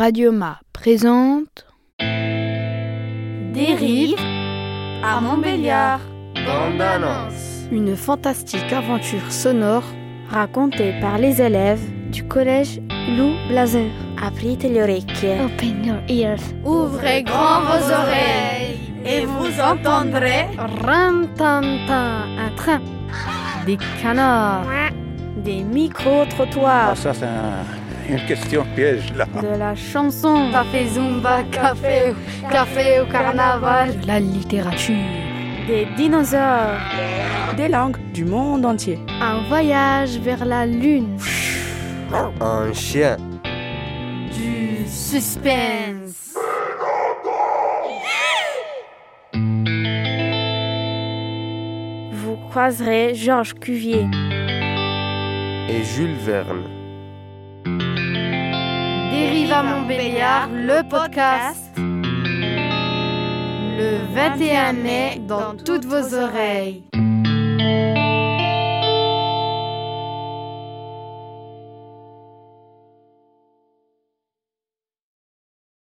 Radioma présente Dérive à Montbéliard. Bande annonce. Une fantastique aventure sonore racontée par les élèves du collège Lou Blazer. Aprite le orecchie. Open your ears. Ouvrez grand vos oreilles et vous entendrez ram tam tam un train, des canards, des micro-trottoirs. Ah, ça, c'est un une question piège là. De la chanson. Café Zumba, café, café au carnaval. De la littérature. Des dinosaures. Des langues du monde entier. Un voyage vers la lune. Un chien. Du suspense. Vous croiserez Georges Cuvier. Et Jules Verne. Dérive à Montbéliard, le podcast. Le 21 mai, dans toutes vos oreilles.